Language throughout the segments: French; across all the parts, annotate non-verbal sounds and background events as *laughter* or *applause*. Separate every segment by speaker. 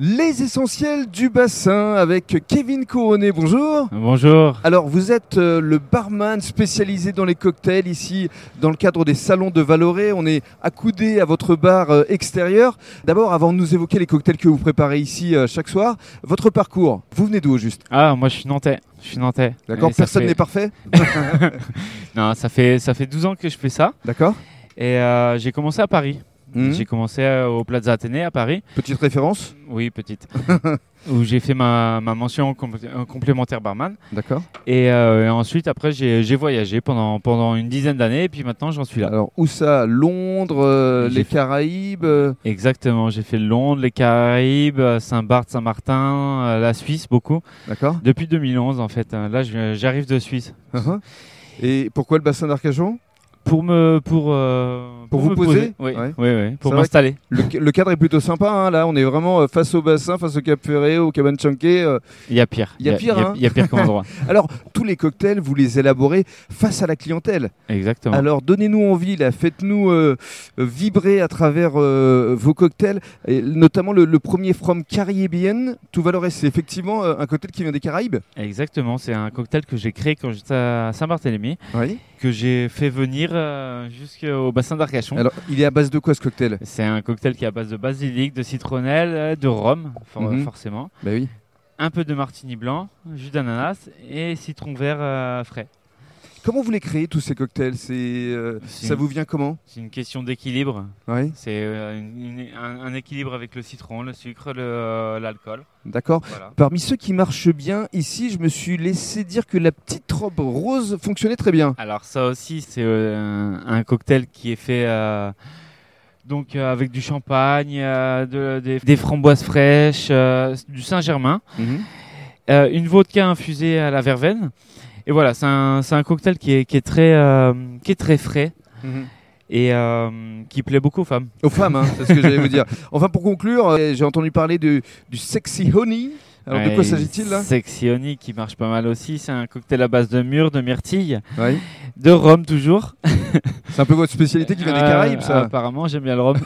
Speaker 1: Les essentiels du bassin avec Kevin Couronné, bonjour.
Speaker 2: Bonjour.
Speaker 1: Alors vous êtes euh, le barman spécialisé dans les cocktails ici dans le cadre des salons de Valoré. On est accoudé à votre bar euh, extérieur. D'abord, avant de nous évoquer les cocktails que vous préparez ici euh, chaque soir, votre parcours, vous venez d'où au juste
Speaker 2: Ah, moi je suis nantais. Je suis nantais.
Speaker 1: D'accord
Speaker 2: Et ça
Speaker 1: Personne
Speaker 2: fait-
Speaker 1: n'est parfait
Speaker 2: Non, ça fait, ça fait 12 ans que je fais ça.
Speaker 1: D'accord
Speaker 2: Et euh, j'ai commencé à Paris.
Speaker 1: Mhm.
Speaker 2: J'ai commencé euh, au Plaza Athénée à Paris.
Speaker 1: Petite référence *laughs*
Speaker 2: Oui, petite. où j'ai fait ma, ma mention en complé- en complémentaire barman.
Speaker 1: D'accord.
Speaker 2: Et, euh, et ensuite, après, j'ai j'ai voyagé pendant, pendant une dizaine d'années. Et puis maintenant, j'en suis là.
Speaker 1: Alors où ça Londres, euh,
Speaker 2: J'ai
Speaker 1: les
Speaker 2: fait-
Speaker 1: Caraïbes euh,
Speaker 2: Exactement. J'ai fait Londres, les Caraïbes, euh, Saint-Barth, Saint-Martin, euh, la Suisse, beaucoup. *laughs*
Speaker 1: D'accord
Speaker 2: Depuis 2011, en fait. Euh, Là, je- j'arrive de Suisse.
Speaker 1: Uh-huh. Et pourquoi le bassin d'Arcachon
Speaker 2: Pour me pour euh,
Speaker 1: Pour vous
Speaker 2: me
Speaker 1: poser
Speaker 2: oui,
Speaker 1: Ouais.
Speaker 2: oui, oui, pour
Speaker 1: C'est vrai
Speaker 2: m'installer.
Speaker 1: Le, le cadre est plutôt sympa, hein, là on est vraiment euh, face au bassin, face au Cap Ferré, au Cabanchonqué. euh.
Speaker 2: Il y a pire.
Speaker 1: Il y a pire,
Speaker 2: Il y a,
Speaker 1: hein.
Speaker 2: il y a pire
Speaker 1: *laughs*
Speaker 2: comme endroit.
Speaker 1: Alors tous les cocktails, vous les élaborez face à la clientèle.
Speaker 2: Exactement.
Speaker 1: Alors donnez-nous envie, là, faites-nous euh, euh, vibrer à travers euh, vos cocktails, et notamment le, le premier From Caribbean, tout Valoré, c'est effectivement euh, un cocktail qui vient des Caraïbes.
Speaker 2: Exactement. C'est un cocktail que j'ai créé quand j'étais à Saint-Barthélemy,
Speaker 1: Oui.
Speaker 2: que j'ai fait venir euh, jusqu'au bassin d'Arcachon.
Speaker 1: Alors il est à base de quoi ce cocktail
Speaker 2: C'est un cocktail qui est à base de basilic, de citronnelle, euh, de rhum, for-
Speaker 1: Mhm.
Speaker 2: forcément.
Speaker 1: Bah oui.
Speaker 2: Un peu de martini blanc, jus d'ananas et citron vert euh, frais.
Speaker 1: Comment vous les créez tous ces cocktails C'est euh,
Speaker 2: C'est
Speaker 1: Ça
Speaker 2: une-
Speaker 1: vous vient comment
Speaker 2: C'est une question d'équilibre.
Speaker 1: Oui.
Speaker 2: C'est euh, une- une- un, un équilibre avec le citron, le sucre, le, euh, l'alcool.
Speaker 1: D'accord.
Speaker 2: Voilà.
Speaker 1: Parmi ceux qui marchent bien ici, je me suis laissé dire que la petite robe rose fonctionnait très bien.
Speaker 2: Alors ça aussi, c'est euh, un cocktail qui est fait euh, donc euh, avec du champagne, euh, de- des, des framboises fraîches, euh, du Saint-Germain, euh, une vodka infusée à la verveine. Et voilà, c'est un, c'est un cocktail qui est, qui est très, euh, qui est très frais
Speaker 1: Mhm.
Speaker 2: et euh, qui plaît beaucoup aux femmes.
Speaker 1: Aux femmes, hein, c'est ce que j'allais vous dire. Enfin, pour conclure, euh, j'ai entendu parler du, du sexy honey. Alors, de
Speaker 2: Ouais,
Speaker 1: quoi s'agit-il là
Speaker 2: Sexy Honey qui marche pas mal aussi. C'est un cocktail à base de mûre, de myrtille,
Speaker 1: Oui.
Speaker 2: de rhum toujours.
Speaker 1: C'est un peu votre spécialité qui vient des
Speaker 2: Euh,
Speaker 1: Caraïbes, ça.
Speaker 2: Apparemment, j'aime bien
Speaker 1: *laughs*
Speaker 2: le rhum.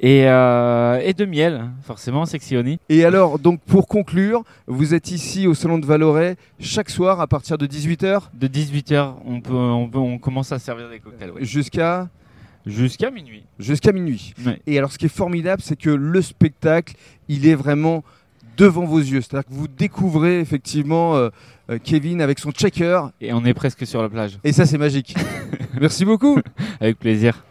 Speaker 2: et, euh, et de miel, forcément, sexy honey.
Speaker 1: Et alors, donc, pour conclure, vous êtes ici au Salon de Valoré chaque soir à partir de 18h
Speaker 2: De 18h, on, peut, on, peut- on commence à servir des cocktails. ouais.
Speaker 1: jusqu'à
Speaker 2: Jusqu'à minuit.
Speaker 1: jusqu'à minuit.
Speaker 2: Ouais.
Speaker 1: Et alors, ce qui est formidable, c'est que le spectacle, il est vraiment devant vos yeux. C'est-à-dire que vous découvrez effectivement euh, euh, Kevin avec son checker.
Speaker 2: Et on est presque sur la plage.
Speaker 1: Et ça, c'est magique. Merci beaucoup.
Speaker 2: Avec plaisir.